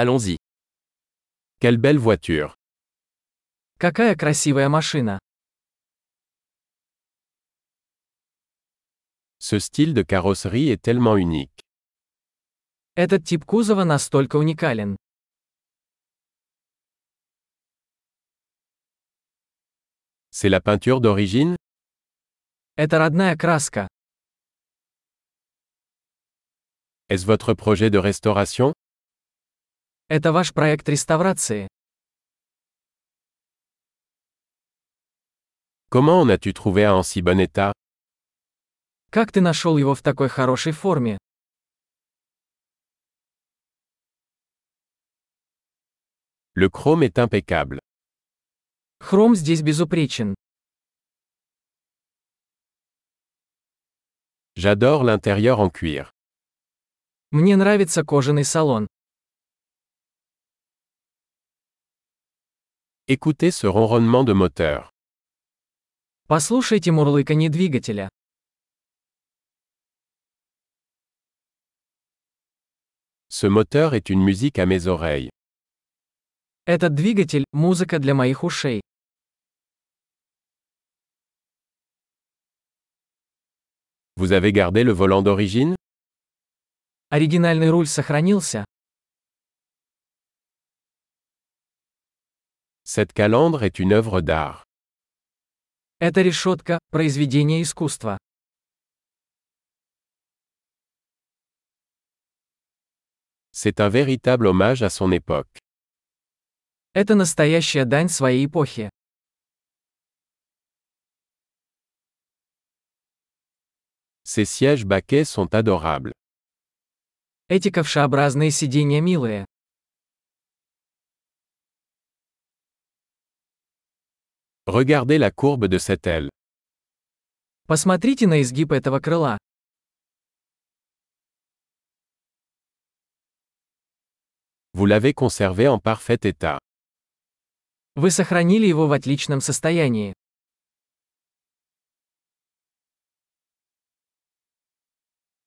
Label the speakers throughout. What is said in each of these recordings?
Speaker 1: Allons-y. Quelle belle voiture.
Speaker 2: Какая красивая машина.
Speaker 1: Ce style de carrosserie est tellement unique.
Speaker 2: Этот тип кузова настолько уникален.
Speaker 1: C'est la peinture d'origine
Speaker 2: Это родная краска.
Speaker 1: Est-ce votre projet de restauration
Speaker 2: Это ваш проект реставрации.
Speaker 1: Comment en as-tu trouvé un en si bon état
Speaker 2: Как ты нашел его в такой хорошей форме?
Speaker 1: Le chrome est impeccable.
Speaker 2: Хром здесь безупречен.
Speaker 1: J'adore l'intérieur en cuir.
Speaker 2: Мне нравится кожаный салон.
Speaker 1: Écoutez ce ronronnement de moteur.
Speaker 2: Послушайте мурлыканье двигателя.
Speaker 1: Ce moteur est une musique à mes oreilles.
Speaker 2: Этот двигатель – музыка для моих ушей.
Speaker 1: Vous avez gardé le volant d'origine
Speaker 2: Оригинальный руль сохранился.
Speaker 1: Cette calandre est une œuvre d'art.
Speaker 2: Эта решетка – произведение искусства.
Speaker 1: C'est un véritable hommage à son époque.
Speaker 2: Это настоящая дань своей эпохи.
Speaker 1: Ces sièges baquets sont adorables.
Speaker 2: Эти ковшеобразные сиденья милые.
Speaker 1: Regardez la courbe de cette aile.
Speaker 2: Посмотрите на изгиб этого крыла.
Speaker 1: Vous l'avez conservé en parfait état.
Speaker 2: Вы сохранили его в отличном состоянии.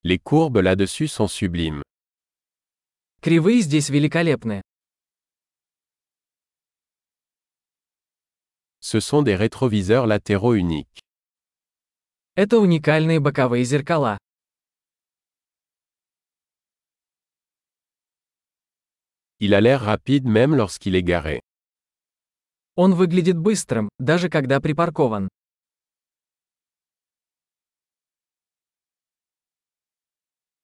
Speaker 1: Les courbes là-dessus sont sublimes.
Speaker 2: Кривые здесь великолепны.
Speaker 1: Ce sont des rétroviseurs latéraux uniques.
Speaker 2: Это уникальные боковые зеркала.
Speaker 1: Il a l'air rapide même lorsqu'il est garé.
Speaker 2: Он выглядит быстрым, даже когда припаркован.